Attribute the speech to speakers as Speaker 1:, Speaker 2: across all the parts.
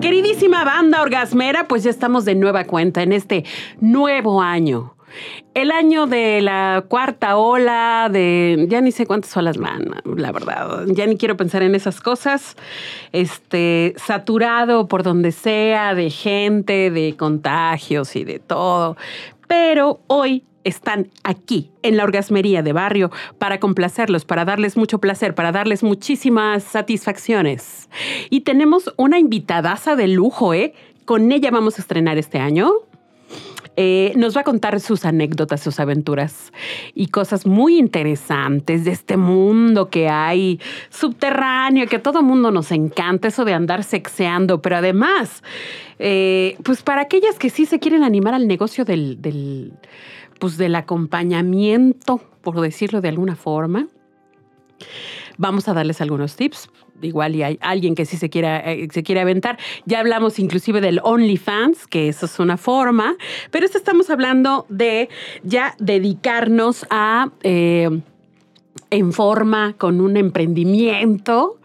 Speaker 1: Queridísima banda orgasmera, pues ya estamos de nueva cuenta en este nuevo año. El año de la cuarta ola, de ya ni sé cuántas olas van, la verdad. Ya ni quiero pensar en esas cosas. Este, saturado por donde sea, de gente, de contagios y de todo. Pero hoy están aquí, en la orgasmería de barrio, para complacerlos, para darles mucho placer, para darles muchísimas satisfacciones. Y tenemos una invitadaza de lujo, ¿eh? Con ella vamos a estrenar este año. Eh, nos va a contar sus anécdotas, sus aventuras y cosas muy interesantes de este mundo que hay subterráneo, que a todo mundo nos encanta, eso de andar sexeando, pero además, eh, pues para aquellas que sí se quieren animar al negocio del, del, pues del acompañamiento, por decirlo de alguna forma, vamos a darles algunos tips. Igual y hay alguien que sí se quiera, eh, se quiere aventar. Ya hablamos inclusive del OnlyFans, que eso es una forma, pero esto estamos hablando de ya dedicarnos a eh, en forma con un emprendimiento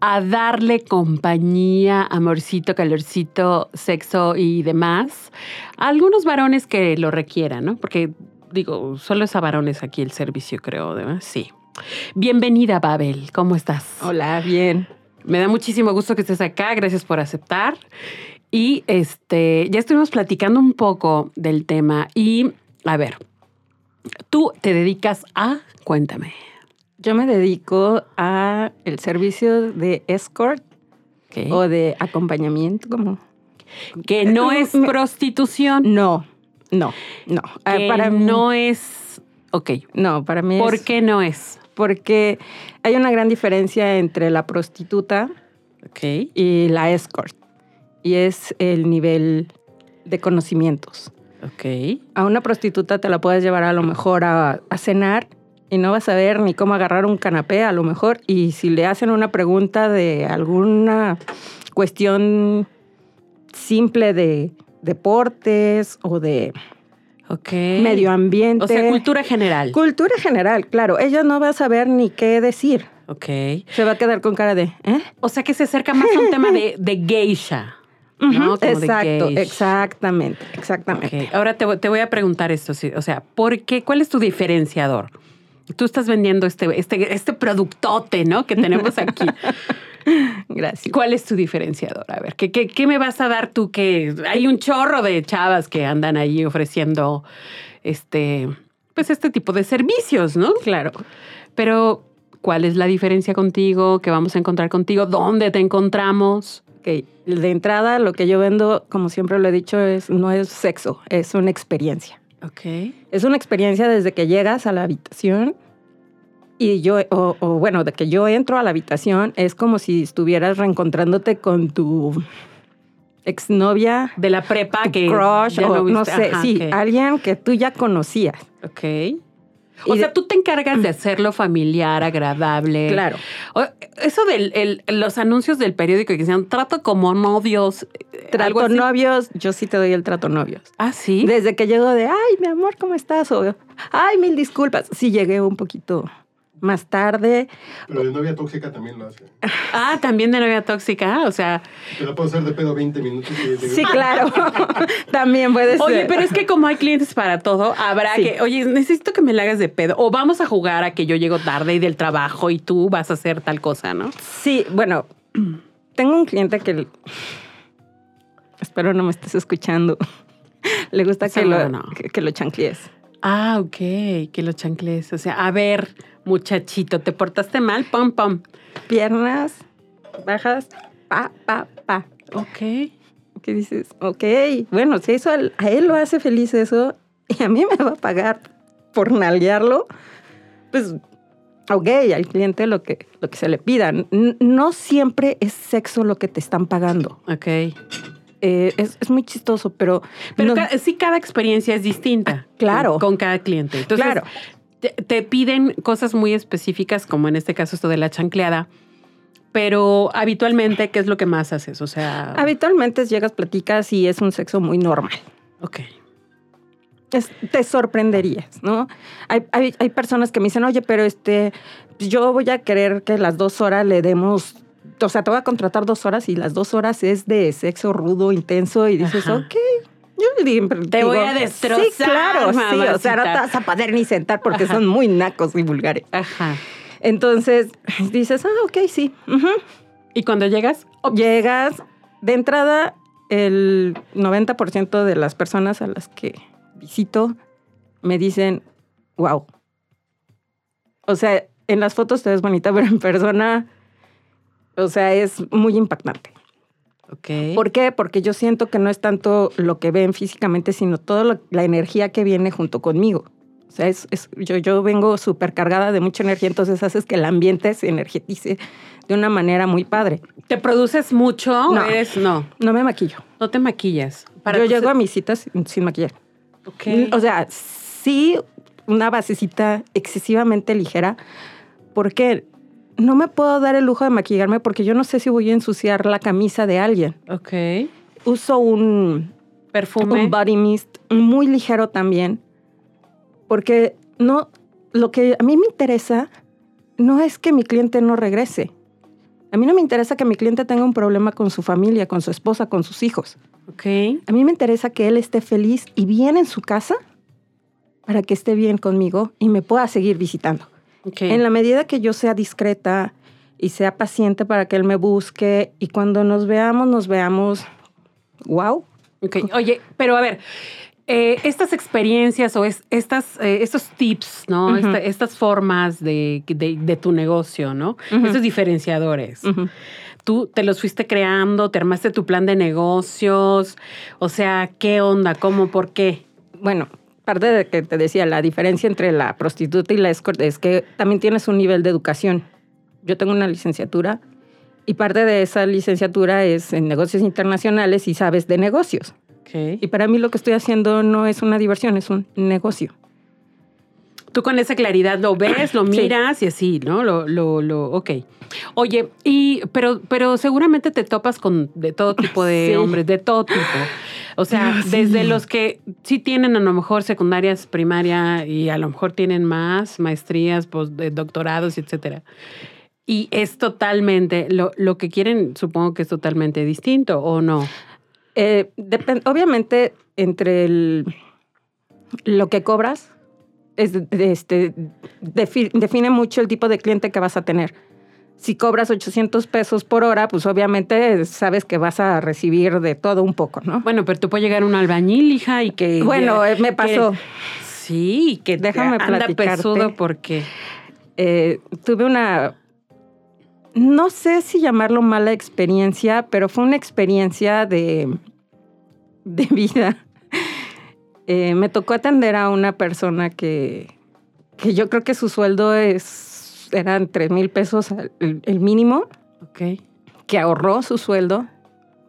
Speaker 1: a darle compañía, amorcito, calorcito, sexo y demás a algunos varones que lo requieran, ¿no? Porque digo, solo es a varones aquí el servicio, creo, ¿no? Sí. Bienvenida, Babel. ¿Cómo estás?
Speaker 2: Hola, bien.
Speaker 1: Me da muchísimo gusto que estés acá. Gracias por aceptar. Y este, ya estuvimos platicando un poco del tema. Y a ver, tú te dedicas a. Cuéntame.
Speaker 2: Yo me dedico a el servicio de escort
Speaker 1: ¿Qué?
Speaker 2: o de acompañamiento, como
Speaker 1: Que no es prostitución.
Speaker 2: no, no, no. Ah,
Speaker 1: que
Speaker 2: para mí-
Speaker 1: no es. Ok.
Speaker 2: no, para mí
Speaker 1: ¿Por
Speaker 2: es
Speaker 1: qué no es?
Speaker 2: porque hay una gran diferencia entre la prostituta
Speaker 1: Ok.
Speaker 2: y la escort y es el nivel de conocimientos.
Speaker 1: Ok.
Speaker 2: A una prostituta te la puedes llevar a lo mejor a, a cenar y no vas a ver ni cómo agarrar un canapé a lo mejor. Y si le hacen una pregunta de alguna cuestión simple de deportes o de
Speaker 1: Ok.
Speaker 2: medio ambiente.
Speaker 1: O sea, cultura general.
Speaker 2: Cultura general, claro. Ella no va a saber ni qué decir.
Speaker 1: ok.
Speaker 2: Se va a quedar con cara de, ¿eh?
Speaker 1: O sea, que se acerca más a un tema de, de geisha. ¿no? Como de
Speaker 2: Exacto,
Speaker 1: geisha.
Speaker 2: exactamente,
Speaker 1: Ok,
Speaker 2: exactamente.
Speaker 1: Ahora te, vo- te voy a preguntar esto, sí, o sea, ¿por qué? ¿Cuál es tu diferenciador? Tú estás vendiendo este, este, este productote, ¿no? Que tenemos aquí.
Speaker 2: Gracias.
Speaker 1: ¿Cuál es tu diferenciador? A ver, ¿qué, qué, qué me vas a dar tú? Que hay un chorro de chavas que andan ahí ofreciendo este, pues este tipo de servicios, ¿no? Claro. Pero, ¿cuál es la diferencia contigo? ¿Qué vamos a encontrar contigo? ¿Dónde te encontramos?
Speaker 2: Ok, de entrada lo que yo vendo, como siempre lo he dicho, es no es sexo, es una experiencia.
Speaker 1: Ok.
Speaker 2: Es una experiencia desde que llegas a la habitación y yo, o, o bueno, de que yo entro a la habitación, es como si estuvieras reencontrándote con tu exnovia,
Speaker 1: De la prepa que.
Speaker 2: crush,
Speaker 1: ya
Speaker 2: o
Speaker 1: no
Speaker 2: no,
Speaker 1: viste.
Speaker 2: sé,
Speaker 1: Ajá,
Speaker 2: sí,
Speaker 1: ok.
Speaker 2: alguien que tú ya conocías.
Speaker 1: Ok.
Speaker 2: Y
Speaker 1: O sea,
Speaker 2: de-
Speaker 1: tú te encargas de hacerlo familiar, agradable.
Speaker 2: Claro.
Speaker 1: O- Eso de los anuncios del periódico que decían trato como novios, eh, algo
Speaker 2: Trato
Speaker 1: así.
Speaker 2: novios, yo sí te doy el trato novios.
Speaker 1: Ah, sí.
Speaker 2: Desde que llego de, ay, mi amor, ¿cómo estás? O, ay, mil disculpas. Sí, llegué un poquito más tarde.
Speaker 3: Pero de novia tóxica también lo hace.
Speaker 1: Ah, también de novia tóxica. O sea,
Speaker 3: Te la puedo hacer de pedo 20 minutos y ya te
Speaker 2: Sí, claro. También puede ser.
Speaker 1: Ah. oye, pero es que como hay clientes para todo, habrá
Speaker 2: Sí.
Speaker 1: que, oye, necesito que me la hagas de pedo. O vamos a jugar a que yo llego tarde y del trabajo y tú vas a hacer tal cosa, ¿no?
Speaker 2: Sí, bueno, tengo un cliente que... Espero no me estés escuchando. Le gusta
Speaker 1: Esa
Speaker 2: que lo,
Speaker 1: no, no.
Speaker 2: que, que lo chanclees.
Speaker 1: Ah, ok, que lo chancles. O sea, a ver, muchachito, te portaste mal, pam, pam.
Speaker 2: Piernas bajas, pa, pa, pa.
Speaker 1: Ok.
Speaker 2: ¿Qué dices? Ok, bueno, si eso al- a él lo hace feliz eso y a mí me va a pagar por nalguearlo, pues ok, al cliente lo que, lo que se le pida. N- No siempre es sexo lo que te están pagando.
Speaker 1: Ok.
Speaker 2: eh, es, es muy chistoso, pero...
Speaker 1: Pero
Speaker 2: nos-
Speaker 1: ca- sí, cada experiencia es distinta.
Speaker 2: Ah, claro.
Speaker 1: Con, con cada cliente. Entonces,
Speaker 2: Claro.
Speaker 1: te, te piden cosas muy específicas, como en este caso esto de la chancleada. Pero habitualmente, ¿qué es lo que más haces? O sea.
Speaker 2: habitualmente llegas, platicas y es un sexo muy normal.
Speaker 1: Ok.
Speaker 2: es- te sorprenderías, ¿no? Hay, hay- hay personas que me dicen, oye, pero este, yo voy a querer que las dos horas le demos, o sea, te voy a contratar dos horas y las dos horas es de sexo rudo, intenso, y dices,
Speaker 1: Ajá.
Speaker 2: ok. Yo siempre
Speaker 1: Te
Speaker 2: digo,
Speaker 1: voy a destrozar,
Speaker 2: Sí, claro, sí. O sea, no te
Speaker 1: mamacita".
Speaker 2: vas a poder ni sentar porque
Speaker 1: Ajá.
Speaker 2: son muy nacos y vulgares.
Speaker 1: Ajá.
Speaker 2: Entonces dices, ah, ok, sí. ujú".
Speaker 1: Y cuando llegas,
Speaker 2: Llegas, de entrada, el 90% de las personas a las que visito me dicen, wow. O sea, en las fotos te ves bonita, pero en persona, o sea, es muy impactante.
Speaker 1: ok.
Speaker 2: ¿Por qué? Porque yo siento que no es tanto lo que ven físicamente, sino toda la energía que viene junto conmigo. O sea, es, es- yo, yo vengo súper cargada de mucha energía, entonces haces que el ambiente se energetice de una manera muy padre.
Speaker 1: ¿Te produces mucho?
Speaker 2: No.
Speaker 1: Eres- no,
Speaker 2: No me maquillo.
Speaker 1: no te maquillas.
Speaker 2: yo
Speaker 1: tu
Speaker 2: llego
Speaker 1: se-
Speaker 2: a mis citas sin, sin maquillar.
Speaker 1: Ok.
Speaker 2: Mm, O sea, sí, una basecita excesivamente ligera, porque no me puedo dar el lujo de maquillarme porque yo no sé si voy a ensuciar la camisa de alguien.
Speaker 1: ok.
Speaker 2: Uso un,
Speaker 1: Perfume.
Speaker 2: un body mist muy ligero también, porque no, lo que a mí me interesa no es que mi cliente no regrese. A mí no me interesa que mi cliente tenga un problema con su familia, con su esposa, con sus hijos.
Speaker 1: ok.
Speaker 2: A mí me interesa que él esté feliz y bien en su casa para que esté bien conmigo y me pueda seguir visitando.
Speaker 1: ok.
Speaker 2: En la medida que yo sea discreta y sea paciente para que él me busque y cuando nos veamos, nos veamos, wow.
Speaker 1: Ok, Oye, pero a ver, eh, estas experiencias o es- estas, eh, estos tips, ¿no?
Speaker 2: Ujú.
Speaker 1: Esta- estas formas de, de- de tu negocio, ¿no?
Speaker 2: Ujú.
Speaker 1: Estos diferenciadores. Tú te los fuiste creando, te armaste tu plan de negocios. O sea, ¿qué onda? ¿Cómo? ¿Por qué?
Speaker 2: Bueno, parte de que te decía, la diferencia entre la prostituta y la escort es que también tienes un nivel de educación. Yo tengo una licenciatura y parte de esa licenciatura es en negocios internacionales y sabes de negocios. Y
Speaker 1: Ok.
Speaker 2: para mí lo que estoy haciendo no es una diversión, es un negocio.
Speaker 1: Tú con esa claridad lo ves, lo
Speaker 2: Sí.
Speaker 1: miras y así, ¿no? Lo, lo, lo, ok. Oye, y, pero, pero seguramente te topas con de todo tipo de
Speaker 2: Sí. Ah,
Speaker 1: hombres, de todo tipo. O sea, desde los que sí tienen a lo mejor secundarias, primaria y a lo mejor tienen más maestrías, pos- de doctorados, etcétera. Y es totalmente, lo, lo que quieren supongo que es totalmente distinto, ¿o no?
Speaker 2: Eh, depen- obviamente, entre el- lo que cobras, es de- de- este, defi- define mucho el tipo de cliente que vas a tener. Si cobras 800 pesos por hora, pues obviamente sabes que vas a recibir de todo un poco, ¿no?
Speaker 1: Bueno, pero tú puede llegar un albañil, hija, y que...
Speaker 2: Bueno, eh, me pasó.
Speaker 1: Sí, y que te
Speaker 2: Déjame
Speaker 1: anda
Speaker 2: platicarte.
Speaker 1: pesudo porque...
Speaker 2: eh, tuve una, no sé si llamarlo mala experiencia, pero fue una experiencia de, de vida. Eh, me tocó atender a una persona que, que yo creo que su sueldo es, eran 3 mil pesos al- el, el mínimo,
Speaker 1: Ok,
Speaker 2: que ahorró su sueldo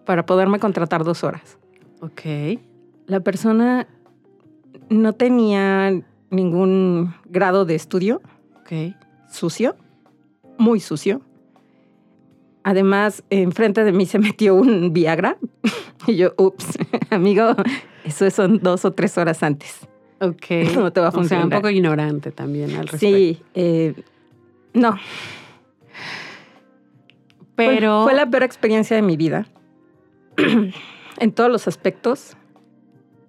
Speaker 2: para poderme contratar dos horas.
Speaker 1: ok.
Speaker 2: La persona no tenía ningún grado de estudio.
Speaker 1: Ok.
Speaker 2: sucio, muy sucio. Además, enfrente de mí se metió un Viagra y yo, ups, amigo, eso son dos o tres horas antes.
Speaker 1: Ok.
Speaker 2: No te va a
Speaker 1: O sea, un
Speaker 2: funcionar.
Speaker 1: poco ignorante también al respecto.
Speaker 2: Sí, eh, no, fue-
Speaker 1: pero.
Speaker 2: fue, la peor experiencia de mi vida en todos los aspectos.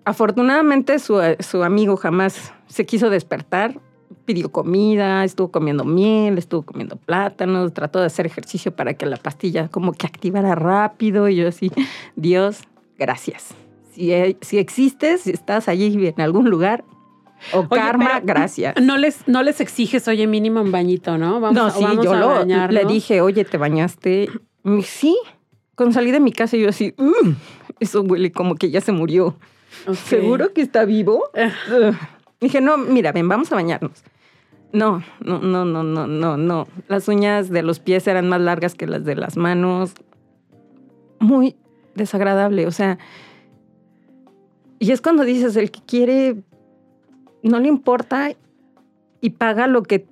Speaker 2: Afortunadamente, su, su amigo jamás se quiso despertar. Pidió comida, estuvo comiendo miel, estuvo comiendo plátanos, trató de hacer ejercicio para que la pastilla como que activara rápido. Y yo así, Dios, gracias. Si, eh, si existes, si estás allí en algún lugar, o
Speaker 1: Oye,
Speaker 2: karma,
Speaker 1: pero
Speaker 2: gracias.
Speaker 1: No les, no les exiges, oye, mínimo un bañito, ¿no? Vamos,
Speaker 2: no,
Speaker 1: a-
Speaker 2: sí,
Speaker 1: vamos
Speaker 2: yo
Speaker 1: a
Speaker 2: lo-
Speaker 1: bañarnos.
Speaker 2: le dije, oye, ¿te bañaste? Y me dijo, Sí. Cuando salí de mi casa, yo así, "Mm, eso huele como que ya se murió.
Speaker 1: Ok.
Speaker 2: ¿Seguro que está vivo? Ugh. dije, no, mira, ven, vamos a bañarnos. No, no, no, no, no, no, no. Las uñas de los pies eran más largas que las de las manos. Muy, desagradable. O sea, y es cuando dices, el que quiere, no le importa y paga lo que,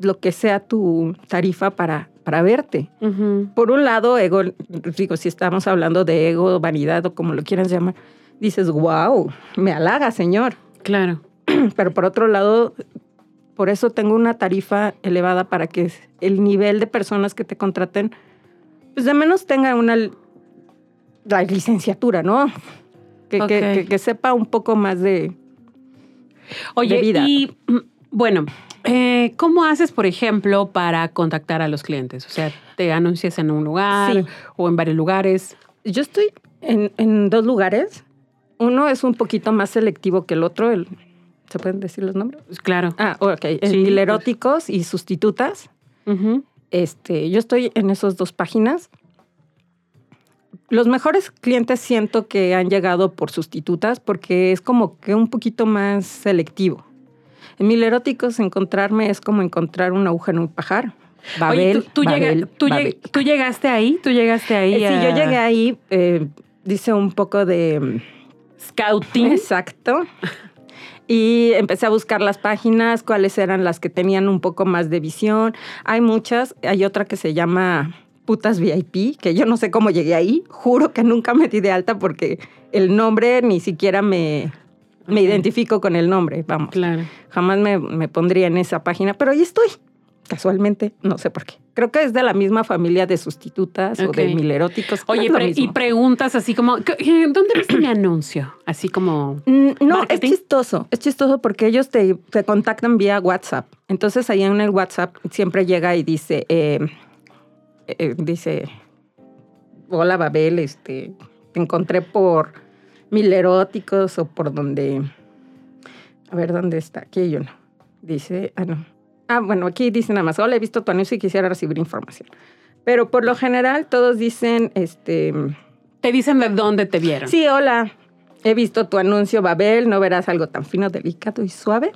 Speaker 2: lo que sea tu tarifa para, para verte.
Speaker 1: Ujú.
Speaker 2: Por un lado, ego, digo, si estamos hablando de ego, vanidad o como lo quieras llamar, dices, wow, me halaga, señor.
Speaker 1: Claro.
Speaker 2: Pero por otro lado, por eso tengo una tarifa elevada para que el nivel de personas que te contraten, pues de menos tenga una li- la licenciatura, ¿no? Que, que-
Speaker 1: Ok.
Speaker 2: que- que sepa un poco más de...
Speaker 1: Oye,
Speaker 2: de vida.
Speaker 1: y mm, bueno, eh, ¿cómo haces, por ejemplo, para contactar a los clientes? O sea, te anuncias en un lugar
Speaker 2: Sí.
Speaker 1: o en varios lugares.
Speaker 2: Yo estoy en, en dos lugares. Uno es un poquito más selectivo que el otro. el- ¿Se pueden decir los nombres?
Speaker 1: Pues, Claro.
Speaker 2: Ah, ok. El
Speaker 1: Sí, pues.
Speaker 2: Mileróticos y Sustitutas.
Speaker 1: Ujú.
Speaker 2: Este, yo estoy en esas dos páginas. Los mejores clientes siento que han llegado por sustitutas porque es como que un poquito más selectivo. En mil eróticos encontrarme es como encontrar una aguja en un pajar. Babel,
Speaker 1: Oye, tú, tú llega-
Speaker 2: Babel,
Speaker 1: tú lleg-
Speaker 2: Babel.
Speaker 1: tú llegaste ahí, tú llegaste ahí.
Speaker 2: Eh, sí,
Speaker 1: a
Speaker 2: yo llegué ahí, eh, dice un poco de... mm,
Speaker 1: Scouting.
Speaker 2: Pues, Exacto. Y empecé a buscar las páginas, cuáles eran las que tenían un poco más de visión. Hay muchas, hay otra que se llama Putas VIP, que yo no sé cómo llegué ahí. Juro que nunca me di de alta porque el nombre ni siquiera me, me
Speaker 1: Ok.
Speaker 2: identifico con el nombre, vamos.
Speaker 1: Claro.
Speaker 2: Jamás me, me pondría en esa página, pero ahí estoy. Casualmente, no sé por qué. Creo que es de la misma familia de sustitutas o de
Speaker 1: Ok.
Speaker 2: mileróticos. creo
Speaker 1: Oye,
Speaker 2: que es lo
Speaker 1: pre- y
Speaker 2: mismo.
Speaker 1: preguntas así como, ¿qué- eh, ¿dónde viste mi anuncio? Así como,
Speaker 2: Mm, No,
Speaker 1: Marketing.
Speaker 2: es chistoso. Es chistoso porque ellos te, te contactan vía WhatsApp. Entonces ahí en el WhatsApp siempre llega y dice, eh, eh, dice, hola Babel, este, te encontré por mil eróticos o por donde, a ver dónde está. Aquí hay uno. Dice, ah no. Ah, bueno, aquí dice nada más, hola, he visto tu anuncio y quisiera recibir información. Pero por lo general todos dicen, este,
Speaker 1: te dicen de dónde te vieron.
Speaker 2: Sí, hola. He visto tu anuncio, Babel. ¿No verás algo tan fino, delicado y suave?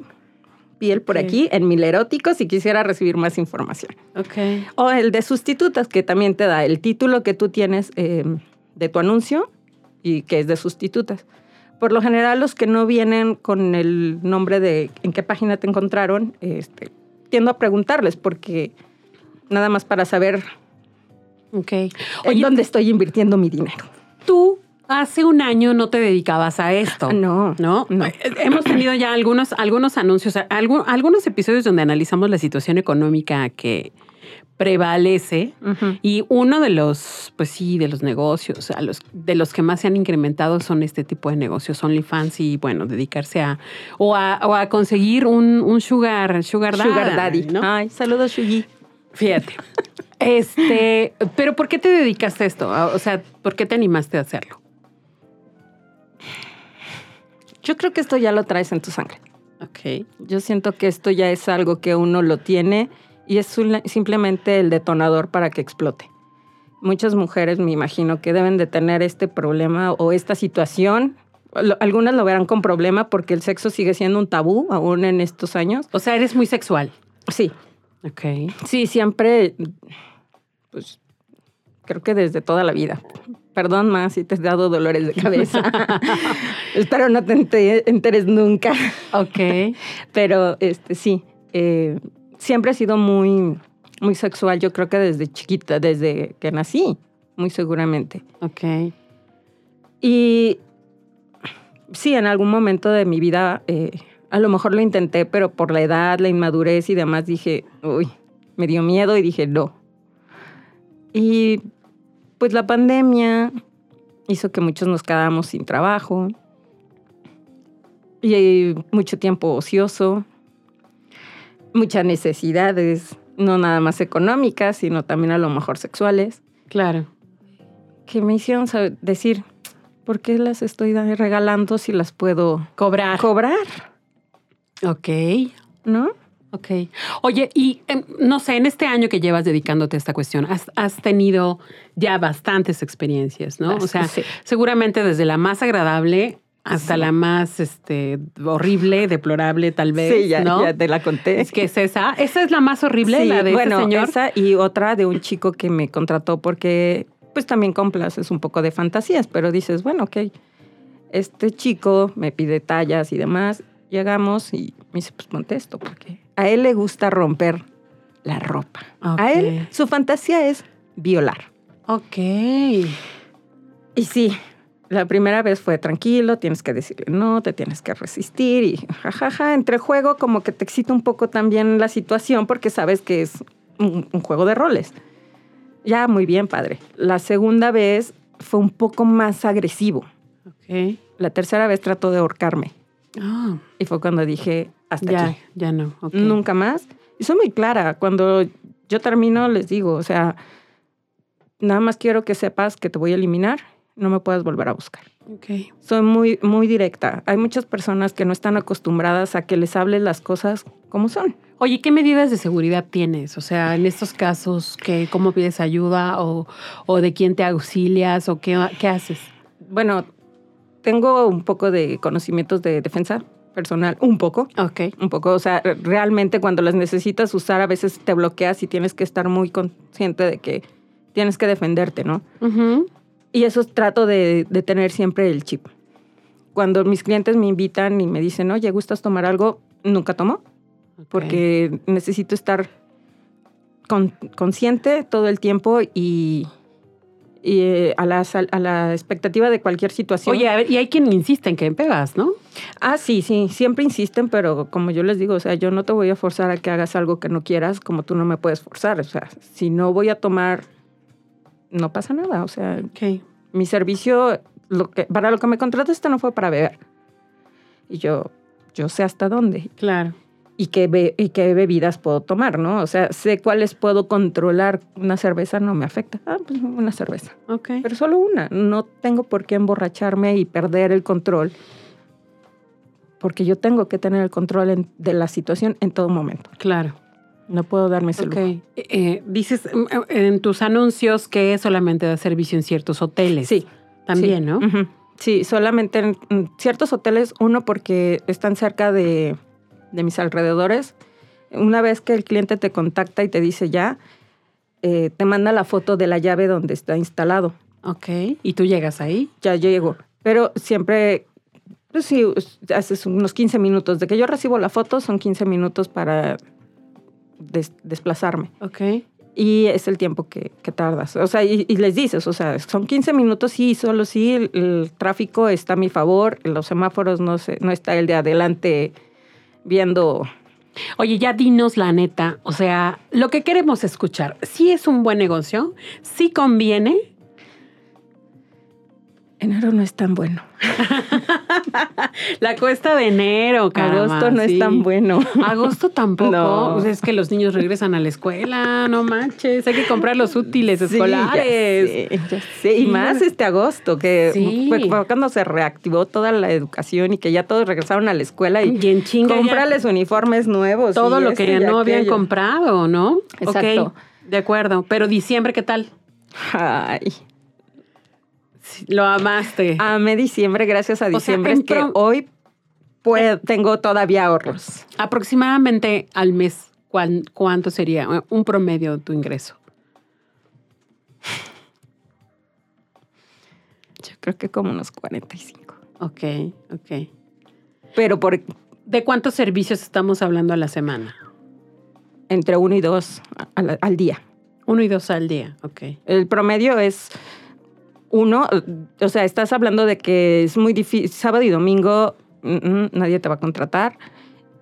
Speaker 2: Piel por
Speaker 1: Ok.
Speaker 2: aquí, en mil eróticos, si quisiera recibir más información.
Speaker 1: Ok.
Speaker 2: O el de sustitutas, que también te da el título que tú tienes eh, de tu anuncio y que es de sustitutas. Por lo general, los que no vienen con el nombre de en qué página te encontraron, este, tiendo a preguntarles porque nada más para saber
Speaker 1: Ok.
Speaker 2: en
Speaker 1: Oye, pues
Speaker 2: dónde estoy invirtiendo mi dinero.
Speaker 1: tú hace un año no te dedicabas a esto.
Speaker 2: No,
Speaker 1: ¿No?
Speaker 2: no.
Speaker 1: Eh, Hemos tenido ya algunos, algunos anuncios, algu- algunos episodios donde analizamos la situación económica que prevalece.
Speaker 2: Ujú.
Speaker 1: Y uno de los, pues sí, de los negocios, a los, de los que más se han incrementado son este tipo de negocios, OnlyFans y bueno, dedicarse a, o a, o a conseguir un, un sugar, sugar daddy.
Speaker 2: Sugar Daddy.
Speaker 1: ¿no?
Speaker 2: Ay, saludos, Shugi.
Speaker 1: Fíjate. Este, pero ¿por qué te dedicaste a esto? O sea, ¿por qué te animaste a hacerlo?
Speaker 2: Yo creo que esto ya lo traes en tu sangre.
Speaker 1: Ok.
Speaker 2: Yo siento que esto ya es algo que uno lo tiene y es un- simplemente el detonador para que explote. Muchas mujeres, me imagino, que deben de tener este problema o esta situación. Lo- Algunas lo verán con problema porque el sexo sigue siendo un tabú aún en estos años.
Speaker 1: O sea, eres muy sexual.
Speaker 2: Sí,
Speaker 1: Ok.
Speaker 2: sí, siempre, pues, creo que desde toda la vida. Perdón, más si te has dado dolores de cabeza. Espero no te ente- enteres nunca.
Speaker 1: Ok.
Speaker 2: Pero este, sí, eh, siempre he sido muy, muy sexual, yo creo que desde chiquita, desde que nací, muy seguramente.
Speaker 1: Ok.
Speaker 2: Y sí, en algún momento de mi vida, eh, a lo mejor lo intenté, pero por la edad, la inmadurez y demás, dije, uy, me dio miedo y dije, no. Y pues la pandemia hizo que muchos nos quedáramos sin trabajo y eh, mucho tiempo ocioso, muchas necesidades, no nada más económicas, sino también a lo mejor sexuales
Speaker 1: Claro.
Speaker 2: que me hicieron saber- decir, ¿por qué las estoy da- regalando si las puedo
Speaker 1: Cobrar.
Speaker 2: cobrar?
Speaker 1: ok.
Speaker 2: ¿No?
Speaker 1: Ok. Oye, y em, no sé, en este año que llevas dedicándote a esta cuestión, has, has tenido ya bastantes experiencias, ¿no? O
Speaker 2: Así,
Speaker 1: sea,
Speaker 2: sí.
Speaker 1: seguramente desde la más agradable hasta
Speaker 2: Sí.
Speaker 1: la más este, horrible, deplorable, tal vez.
Speaker 2: Sí, ya,
Speaker 1: ¿no?
Speaker 2: ya te la conté.
Speaker 1: Es que es esa. Esa es la más horrible,
Speaker 2: Sí,
Speaker 1: la de este
Speaker 2: bueno,
Speaker 1: señor.
Speaker 2: esa y otra de un chico que me contrató porque pues también complaces un poco de fantasías, pero dices, bueno, ok, este chico me pide tallas y demás, llegamos y me dice, pues ponte esto, porque a él le gusta romper la ropa. A él, su fantasía es violar.
Speaker 1: Ok.
Speaker 2: Y sí, la primera vez fue tranquilo, tienes que decirle no, te tienes que resistir y jajaja, entre juego como que te excita un poco también la situación porque sabes que es un, un juego de roles. Ya, muy bien, padre. La segunda vez fue un poco más agresivo.
Speaker 1: Ok.
Speaker 2: La tercera vez trató de ahorcarme
Speaker 1: Ah,
Speaker 2: y fue cuando dije, hasta
Speaker 1: ya,
Speaker 2: aquí,
Speaker 1: ya no. ok.
Speaker 2: nunca más. Y soy muy clara, cuando yo termino les digo, o sea, nada más quiero que sepas que te voy a eliminar, no me puedas volver a buscar.
Speaker 1: Ok.
Speaker 2: Soy muy, muy directa. Hay muchas personas que no están acostumbradas a que les hables las cosas como son.
Speaker 1: Oye, ¿qué medidas de seguridad tienes? O sea, en estos casos, ¿qué, ¿cómo pides ayuda o, o de quién te auxilias o qué, qué haces?
Speaker 2: Bueno, tengo un poco de conocimientos de defensa personal, un poco,
Speaker 1: Ok.
Speaker 2: un poco. O sea, re- realmente cuando las necesitas usar, a veces te bloqueas y tienes que estar muy consciente de que tienes que defenderte, ¿no? Y eso trato de, de tener siempre el chip. Cuando mis clientes me invitan y me dicen, oye, ¿gustas tomar algo? Nunca tomo. porque necesito estar con- consciente todo el tiempo y, y, eh, a, la, sal- a la expectativa de cualquier situación.
Speaker 1: Oye, a ver, y hay quien insiste en que pegas, ¿no?
Speaker 2: ah, sí, sí, siempre insisten, pero como yo les digo, o sea, yo no te voy a forzar a que hagas algo que no quieras, como tú no me puedes forzar. O sea, si no voy a tomar, no pasa nada. O sea,
Speaker 1: Ok.
Speaker 2: mi servicio, lo que, para lo que me contrataste no fue para beber. Y yo, yo sé hasta dónde
Speaker 1: Claro.
Speaker 2: y qué, be- y qué bebidas puedo tomar, ¿no? O sea, sé cuáles puedo controlar. Una cerveza no me afecta. Ah, pues una cerveza.
Speaker 1: Ok.
Speaker 2: Pero solo una. No tengo por qué emborracharme y perder el control. Porque yo tengo que tener el control en- de la situación en todo momento.
Speaker 1: Claro.
Speaker 2: No puedo darme ese
Speaker 1: Ok.
Speaker 2: lujo.
Speaker 1: Eh, eh, dices mm, eh, en tus anuncios que solamente da servicio en ciertos hoteles.
Speaker 2: Sí.
Speaker 1: También,
Speaker 2: sí.
Speaker 1: ¿no?
Speaker 2: Ujú. Sí, solamente en en ciertos hoteles, uno porque están cerca de, de mis alrededores. Una vez que el cliente te contacta y te dice ya, eh, te manda la foto de la llave donde está instalado.
Speaker 1: Ok. Y tú llegas ahí.
Speaker 2: Ya llego. Pero siempre, pues sí, us- haces unos 15 minutos. De que yo recibo la foto, son 15 minutos para des- desplazarme.
Speaker 1: Ok.
Speaker 2: Y es el tiempo que, que tardas. O sea, y, y les dices, o sea, son 15 minutos sí, solo sí, el, el tráfico está a mi favor, los semáforos no, se, no está el de adelante viendo.
Speaker 1: Oye, ya dinos la neta. O sea, lo que queremos escuchar. Si es un buen negocio, si conviene.
Speaker 2: Enero no es tan bueno.
Speaker 1: La cuesta de enero, caramba,
Speaker 2: Agosto no
Speaker 1: Ah, sí.
Speaker 2: es tan bueno.
Speaker 1: Agosto tampoco.
Speaker 2: No.
Speaker 1: Pues es que los niños regresan a la escuela, no manches. Hay que comprar los útiles
Speaker 2: Sí,
Speaker 1: escolares.
Speaker 2: ya sé, ya sé. Y más este agosto, que
Speaker 1: Sí.
Speaker 2: fue fue cuando se reactivó toda la educación y que ya todos regresaron a la escuela y
Speaker 1: Y en chinga. ya
Speaker 2: comprarles uniformes nuevos.
Speaker 1: todo
Speaker 2: y
Speaker 1: lo
Speaker 2: esto
Speaker 1: que
Speaker 2: y
Speaker 1: no habían
Speaker 2: aquello.
Speaker 1: comprado, ¿no?
Speaker 2: Exacto.
Speaker 1: Ok, de acuerdo. Pero diciembre, ¿qué tal?
Speaker 2: Ay.
Speaker 1: Sí, Lo amaste.
Speaker 2: Amé diciembre, gracias a
Speaker 1: sea,
Speaker 2: diciembre.
Speaker 1: en
Speaker 2: es que
Speaker 1: prom-
Speaker 2: hoy puedo- tengo todavía ahorros.
Speaker 1: Aproximadamente al mes, ¿cuán- ¿cuánto sería eh, un promedio de tu ingreso?
Speaker 2: Yo creo que como unos 45.
Speaker 1: Ok, ok.
Speaker 2: Pero por
Speaker 1: ¿De cuántos servicios estamos hablando a la semana?
Speaker 2: entre uno y dos a la- al día.
Speaker 1: Uno y dos al día, ok.
Speaker 2: El promedio es uno. O sea, estás hablando de que es muy difícil. Sábado y domingo mm, mm, nadie te va a contratar.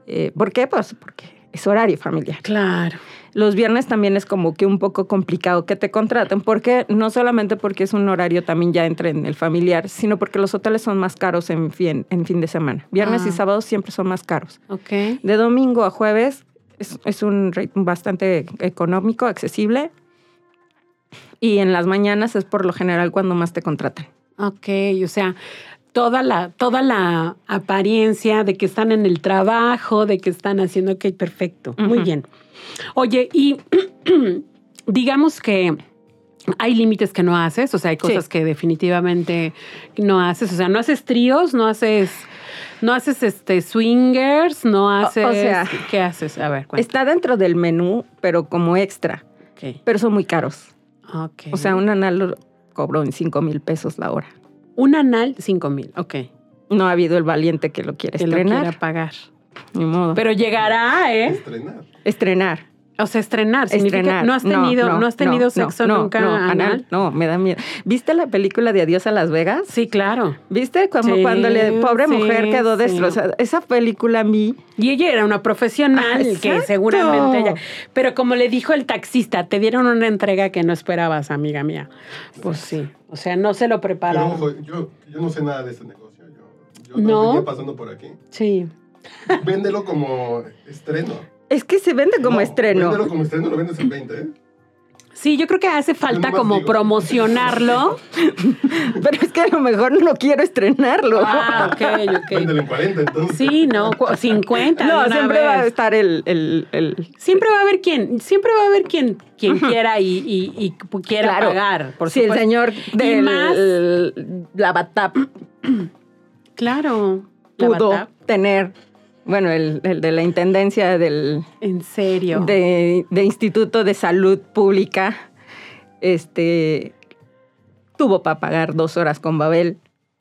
Speaker 2: Eh, ¿Por qué? Pues porque es horario familiar.
Speaker 1: Claro.
Speaker 2: Los viernes también es como que un poco complicado que te contraten, porque no solamente porque es un horario también ya entra en el familiar, sino porque los hoteles son más caros en fin, en fin de semana. Viernes
Speaker 1: Ah.
Speaker 2: y sábados siempre son más caros.
Speaker 1: Ok.
Speaker 2: De domingo a jueves es, es un rate bastante económico, accesible. Y en las mañanas es por lo general cuando más te contratan.
Speaker 1: Ok, o sea, toda la, toda la apariencia de que están en el trabajo, de que están haciendo, ok, perfecto, muy
Speaker 2: Ujú.
Speaker 1: bien. Oye, y digamos que hay límites que no haces, o sea, hay cosas que definitivamente no haces, o sea, no haces tríos, no haces, no haces este swingers, no haces,
Speaker 2: sea-
Speaker 1: ¿qué haces? A ver, cuéntame.
Speaker 2: Está dentro del menú, pero como extra,
Speaker 1: Ok,
Speaker 2: pero son muy caros.
Speaker 1: ok.
Speaker 2: O sea, un anal cobró en 5 mil pesos la hora.
Speaker 1: Un anal, 5 mil. Ok.
Speaker 2: No ha habido el valiente que lo quiera
Speaker 1: Que lo
Speaker 2: estrenar.
Speaker 1: quiera pagar.
Speaker 2: Ni modo.
Speaker 1: Pero llegará, ¿eh?
Speaker 3: Estrenar.
Speaker 2: estrenar.
Speaker 1: O sea, estrenar. Significa que
Speaker 2: estrenar.
Speaker 1: no has tenido, no, has tenido
Speaker 2: no,
Speaker 1: sexo
Speaker 2: no,
Speaker 1: nunca
Speaker 2: no,
Speaker 1: anal.
Speaker 2: No, me da miedo. ¿Viste la película de Adiós a Las Vegas?
Speaker 1: Sí, claro.
Speaker 2: ¿Viste? Como
Speaker 1: Sí,
Speaker 2: cuando la pobre
Speaker 1: sí,
Speaker 2: mujer quedó
Speaker 1: sí.
Speaker 2: destrozada. Esa película a mí.
Speaker 1: Y ella era una profesional
Speaker 2: Ah,
Speaker 1: que
Speaker 2: exacto.
Speaker 1: seguramente ella. Pero como le dijo el taxista, te dieron una entrega que no esperabas, amiga mía. Pues sí. O sea, no se lo
Speaker 3: Pero
Speaker 1: prepararon.
Speaker 3: ojo, yo, yo no sé nada de este negocio. Yo, yo
Speaker 1: No.
Speaker 3: no. venía pasando por aquí.
Speaker 1: Sí.
Speaker 3: Véndelo como estreno.
Speaker 2: Es que se vende como
Speaker 3: No,
Speaker 2: estreno.
Speaker 3: Véndelo como estreno, lo vendes en 20, ¿eh?
Speaker 1: Sí, yo creo que hace falta
Speaker 3: nomás
Speaker 1: como
Speaker 3: digo.
Speaker 1: promocionarlo.
Speaker 2: Pero es que a lo mejor no quiero estrenarlo.
Speaker 1: ah, ok, ok.
Speaker 3: Véndelo en 40, entonces.
Speaker 1: Sí, no, cu- 50. de
Speaker 2: no,
Speaker 1: una
Speaker 2: siempre va a
Speaker 1: vez.
Speaker 2: estar el. el- el-
Speaker 1: Siempre va a haber quien, siempre va a haber quien, quien quiera y, y- y pu- quiera
Speaker 2: Claro.
Speaker 1: pagar, por
Speaker 2: si el
Speaker 1: supuesto.
Speaker 2: señor del
Speaker 1: más-
Speaker 2: el- la batap
Speaker 1: Claro. la
Speaker 2: pudo
Speaker 1: batap.
Speaker 2: tener. Bueno, el, el de la intendencia del
Speaker 1: En serio.
Speaker 2: de, de Instituto de Salud Pública, este tuvo para pagar dos horas con Babel.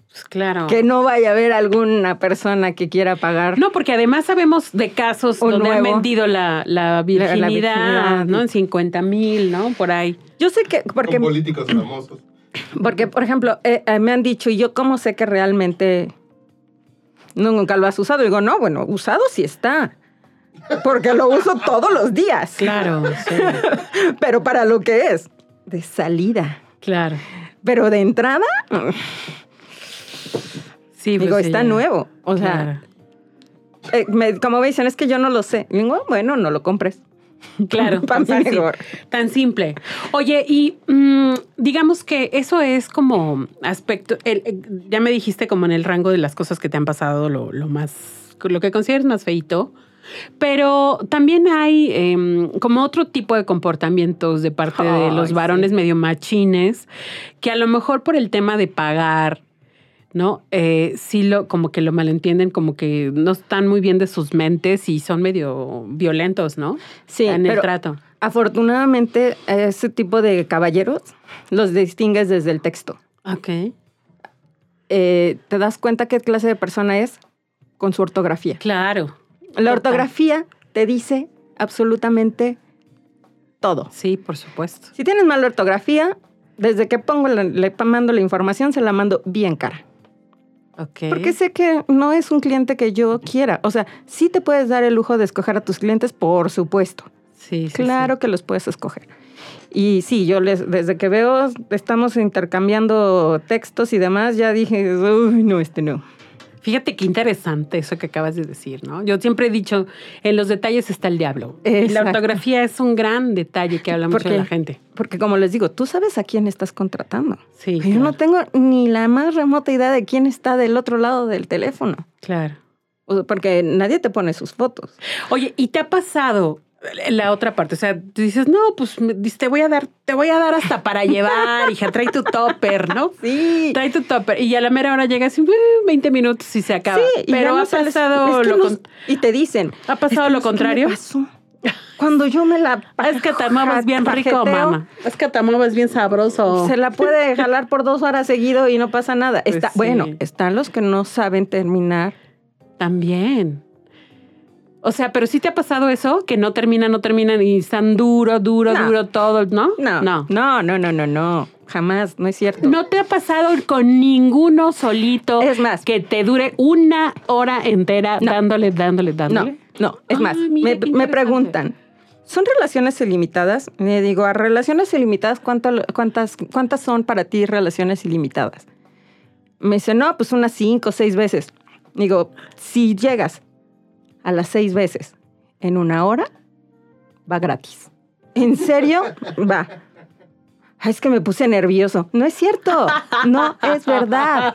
Speaker 1: Pues claro.
Speaker 2: Que no vaya a haber alguna persona que quiera pagar.
Speaker 1: No, porque además sabemos de casos
Speaker 2: O
Speaker 1: donde han
Speaker 2: nuevo.
Speaker 1: vendido la, la virginidad,
Speaker 2: virginidad.
Speaker 1: ¿no? En 50 mil, ¿no? Por ahí.
Speaker 2: Yo sé que, porque,
Speaker 3: Con políticos famosos.
Speaker 2: porque por ejemplo, eh, eh, me han dicho, y yo cómo sé que realmente no, nunca lo has usado. Digo, no, bueno, usado sí está. Porque lo uso todos los días.
Speaker 1: Claro, sí,
Speaker 2: Pero para lo que es, de salida.
Speaker 1: claro.
Speaker 2: Pero de entrada,
Speaker 1: Sí,
Speaker 2: digo,
Speaker 1: pues,
Speaker 2: está
Speaker 1: sí.
Speaker 2: nuevo. O sea,
Speaker 1: Claro.
Speaker 2: Eh, me- como me dicen, es que yo no lo sé. Y digo, "Ah, bueno, no lo compres.
Speaker 1: Claro,
Speaker 2: Pa'
Speaker 1: tan,
Speaker 2: mí
Speaker 1: fácil,
Speaker 2: mejor.
Speaker 1: tan simple. Oye, y mm, digamos que eso es como aspecto, el- el- ya me dijiste como en el rango de las cosas que te han pasado, lo, lo más, lo que consideras más feito, pero también hay em, como otro tipo de comportamientos de parte de
Speaker 2: Ay,
Speaker 1: los
Speaker 2: sí.
Speaker 1: varones medio machines, que a lo mejor por el tema de pagar, ¿no? Eh, sí lo, como que lo malentienden, como que no están muy bien de sus mentes y son medio violentos, ¿no?
Speaker 2: Sí,
Speaker 1: en el
Speaker 2: pero
Speaker 1: trato.
Speaker 2: afortunadamente ese tipo de caballeros los distingues desde el texto.
Speaker 1: Ok.
Speaker 2: Eh, te das cuenta qué clase de persona es con su ortografía.
Speaker 1: Claro.
Speaker 2: La ortografía te dice absolutamente todo.
Speaker 1: Sí, por supuesto.
Speaker 2: Si tienes mala ortografía, desde que pongo la- le mando la información, se la mando bien cara.
Speaker 1: Ok.
Speaker 2: Porque sé que no es un cliente que yo quiera. O sea, sí te puedes dar el lujo de escoger a tus clientes, por supuesto.
Speaker 1: Sí, sí,
Speaker 2: Claro que los puedes escoger. Y sí, yo les, desde que veo, estamos intercambiando textos y demás, ya dije, uy, no, este no.
Speaker 1: sí. Fíjate qué interesante eso que acabas de decir, ¿no? Yo siempre he dicho, en los detalles está el diablo. Y la
Speaker 2: Exacto.
Speaker 1: ortografía es un gran detalle que habla mucho
Speaker 2: Porque-
Speaker 1: de la gente.
Speaker 2: Porque como les digo, tú sabes a quién estás contratando.
Speaker 1: Sí.
Speaker 2: Yo no tengo ni la más remota idea de quién está del otro lado del teléfono.
Speaker 1: claro.
Speaker 2: O sea, porque nadie te pone sus fotos.
Speaker 1: Oye, ¿y te ha pasado la otra parte? O sea, tú dices, no, pues me- dices, te voy a dar, te voy a dar hasta para llevar, hija, trae tu topper, ¿no?
Speaker 2: Sí.
Speaker 1: Trae tu topper. Y a la mera hora llegas y, "Uh, 20 minutos y se acaba.
Speaker 2: Sí, y ya
Speaker 1: Pero
Speaker 2: no
Speaker 1: ha
Speaker 2: sales-
Speaker 1: pasado
Speaker 2: es que
Speaker 1: lo
Speaker 2: no-
Speaker 1: con-
Speaker 2: Y te dicen.
Speaker 1: ¿Ha pasado
Speaker 2: "Es
Speaker 1: lo
Speaker 2: que no sé qué me
Speaker 1: contrario?
Speaker 2: pasó. Cuando yo me la.
Speaker 1: Ah, Es que te amabas bien rico,
Speaker 2: pajeteo,
Speaker 1: mamá. Es que te amabas bien sabroso.
Speaker 2: Se la puede jalar por dos horas seguido y no pasa nada.
Speaker 1: Oh. Pues
Speaker 2: Está,
Speaker 1: sí.
Speaker 2: Bueno, están los que no saben terminar.
Speaker 1: También. O sea, pero sí te ha pasado eso, que no terminan, no terminan y están duro, duro,
Speaker 2: No.
Speaker 1: duro todo, ¿no?
Speaker 2: No,
Speaker 1: No.
Speaker 2: no, no, no, no, no, Jamás, no es cierto.
Speaker 1: No te ha pasado con ninguno solito
Speaker 2: Es más.
Speaker 1: que te dure una hora entera
Speaker 2: No.
Speaker 1: dándole, dándole, dándole.
Speaker 2: no, no. Es
Speaker 1: Ah,
Speaker 2: más,
Speaker 1: mira,
Speaker 2: me,
Speaker 1: qué
Speaker 2: me
Speaker 1: interesante.
Speaker 2: preguntan, ¿son relaciones ilimitadas? Le digo, a relaciones ilimitadas, ¿cuánto lo- cuántas, ¿cuántas son para ti relaciones ilimitadas? Me dice, no, pues unas cinco, seis veces. Digo, si llegas a las seis veces en una hora, va gratis. ¿En serio? Va. Ay, Es que me puse nervioso. No es cierto. No es verdad.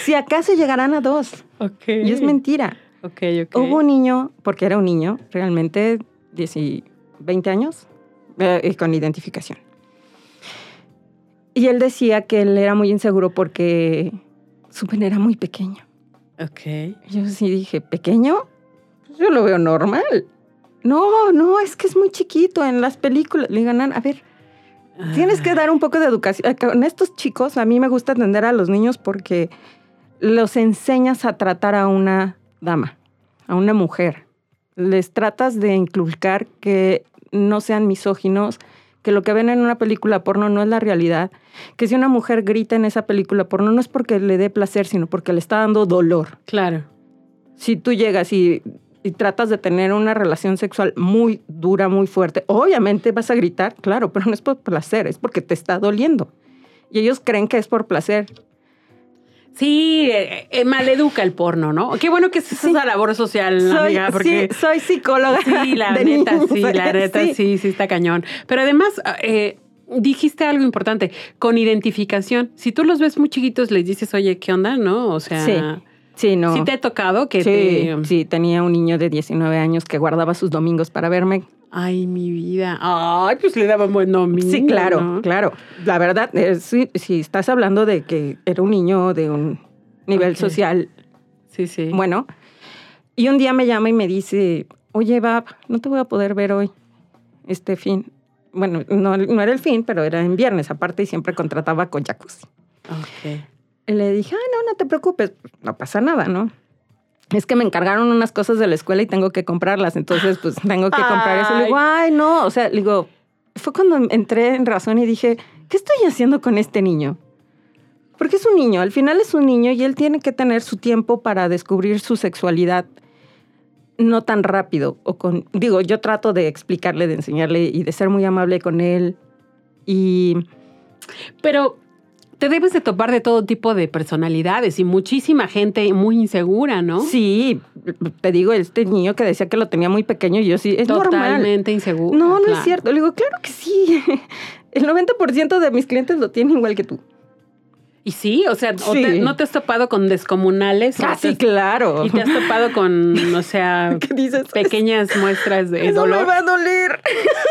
Speaker 2: Si acaso llegarán a dos.
Speaker 1: Ok.
Speaker 2: Y es mentira.
Speaker 1: Ok, ok.
Speaker 2: Hubo un niño, porque era un niño, realmente 10 y 20 años, eh, y con identificación. Y él decía que él era muy inseguro porque su pene era muy pequeño.
Speaker 1: Ok.
Speaker 2: Yo sí dije, ¿pequeño? Pues Yo lo veo normal. No, no, es que es muy chiquito en las películas. Le digo, "Nan, a ver,
Speaker 1: Ah,
Speaker 2: Tienes que dar un poco de educación. Eh, Con estos chicos, a mí me gusta atender a los niños porque los enseñas a tratar a una dama, a una mujer. Les tratas de inculcar que no sean misóginos, que lo que ven en una película porno no es la realidad, que si una mujer grita en esa película porno no es porque le dé placer, sino porque le está dando dolor
Speaker 1: Claro.
Speaker 2: si tú llegas y, y tratas de tener una relación sexual muy dura, muy fuerte, obviamente vas a gritar, claro, pero no es por placer, es porque te está doliendo. Y ellos creen que es por placer.
Speaker 1: Sí, eh, eh, maleduca el porno, ¿no? Qué bueno que es esa labor social,
Speaker 2: Soy,
Speaker 1: amiga, porque...
Speaker 2: sí, soy psicóloga.
Speaker 1: Sí, la
Speaker 2: de
Speaker 1: neta,
Speaker 2: niños.
Speaker 1: sí, la neta, sí. sí, está cañón. Pero además, eh, dijiste algo importante, con identificación. Si tú los ves muy chiquitos, les dices, oye, ¿qué onda? ¿No? O sea,
Speaker 2: Sí, Sí, no.
Speaker 1: sí te ha tocado que
Speaker 2: Sí,
Speaker 1: te...
Speaker 2: sí, tenía un niño de 19 años que guardaba sus domingos para verme.
Speaker 1: Ay, mi vida. Ay, pues le daban buen domingo.
Speaker 2: Sí, claro,
Speaker 1: ¿no?
Speaker 2: claro. La verdad, eh, sí, si estás hablando de que era un niño de un nivel
Speaker 1: Ok.
Speaker 2: social
Speaker 1: Sí, sí.
Speaker 2: Bueno, y un día me llama y me dice, oye, Bab, no te voy a poder ver hoy, este fin. Bueno, no, no era el fin, pero era en viernes aparte y siempre contrataba con jacuzzi.
Speaker 1: Ok.
Speaker 2: Y le dije, ah, no, no te preocupes, no pasa nada, ¿no? Es que me encargaron unas cosas de la escuela y tengo que comprarlas, entonces pues tengo que comprar eso. Le digo, ay, no, o sea, le digo, fue cuando entré en razón y dije, ¿qué estoy haciendo con este niño? Porque es un niño, al final es un niño y él tiene que tener su tiempo para descubrir su sexualidad no tan rápido o con digo, yo trato de explicarle, de enseñarle y de ser muy amable con él y
Speaker 1: Pero te debes de topar de todo tipo de personalidades y muchísima gente muy insegura, ¿no?
Speaker 2: Sí, te digo, este niño que decía que lo tenía muy pequeño, y yo sí, es normal.
Speaker 1: Totalmente insegura.
Speaker 2: No, no es
Speaker 1: claro.
Speaker 2: cierto. Le digo, claro que sí. El 90% de mis clientes lo tienen igual que tú.
Speaker 1: Y sí, o sea, o
Speaker 2: Sí. Ah,
Speaker 1: te- no te has topado con descomunales. o te
Speaker 2: Casi,
Speaker 1: has-
Speaker 2: claro.
Speaker 1: Y te has topado con, o sea,
Speaker 2: ¿Qué dices?
Speaker 1: pequeñas muestras de
Speaker 2: Eso me
Speaker 1: dolor.
Speaker 2: va a doler.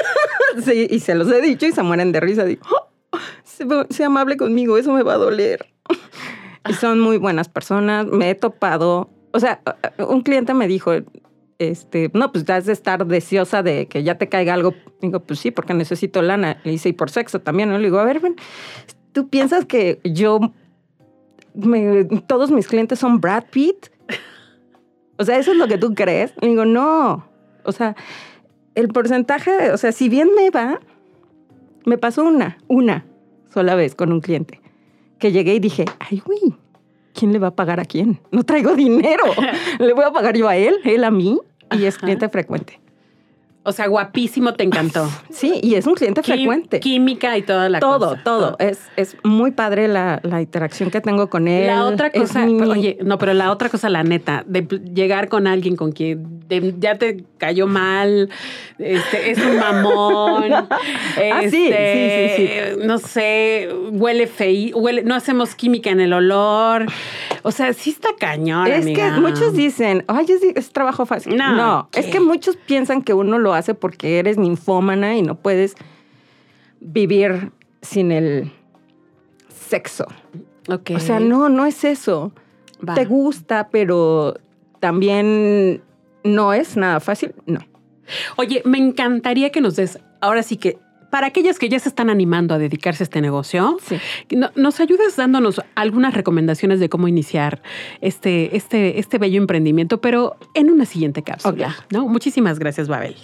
Speaker 2: sí, y se los he dicho y se mueren de risa. Digo, "Oh, sé- sé amable conmigo, eso me va a doler. y son muy buenas personas. Me he topado. O sea, un cliente me dijo, este, no, pues has de estar deseosa de que ya te caiga algo. Digo, pues sí, porque necesito lana. Le dice, y por sexo también. ¿no? Le digo, a ver, ven, ¿tú piensas que yo, me- todos mis clientes son Brad Pitt? O sea, ¿eso es lo que tú crees? Le digo, no. O sea, el porcentaje, o sea, si bien me va, me pasó una, una sola vez con un cliente, que llegué y dije, ay, güey, ¿quién le va a pagar a quién? No traigo dinero, le voy a pagar yo a él, él a mí, y es
Speaker 1: Ajá.
Speaker 2: cliente frecuente.
Speaker 1: O sea, guapísimo, te encantó.
Speaker 2: Sí, y es un cliente
Speaker 1: Quí-
Speaker 2: frecuente.
Speaker 1: Química y toda la
Speaker 2: todo,
Speaker 1: cosa.
Speaker 2: todo. Es, es muy padre la, la interacción que tengo con él.
Speaker 1: La otra
Speaker 2: Es
Speaker 1: cosa,
Speaker 2: mi-
Speaker 1: oye, no, pero la otra cosa, la neta, de pl- llegar con alguien con quien de- ya te cayó mal, este, es un mamón,
Speaker 2: Ah, sí, sí, sí,
Speaker 1: este, no sé, huele fei, huele, no hacemos química en el olor, o sea, sí está cañón,
Speaker 2: Es
Speaker 1: amiga.
Speaker 2: que muchos dicen, ay, es, es trabajo fácil.
Speaker 1: No,
Speaker 2: No,
Speaker 1: ¿qué?
Speaker 2: es que muchos piensan que uno lo hace porque eres ninfómana y no puedes vivir sin el sexo.
Speaker 1: Ok.
Speaker 2: O sea, no, no es eso.
Speaker 1: Va.
Speaker 2: Te gusta, pero también no es nada fácil. No.
Speaker 1: Oye, me encantaría que nos des, ahora sí que, para aquellas que ya se están animando a dedicarse a este negocio,
Speaker 2: Sí.
Speaker 1: No- ¿Nos ayudas dándonos algunas recomendaciones de cómo iniciar este, este, este bello emprendimiento, pero en una siguiente cápsula? ¿no? Muchísimas gracias, Babel.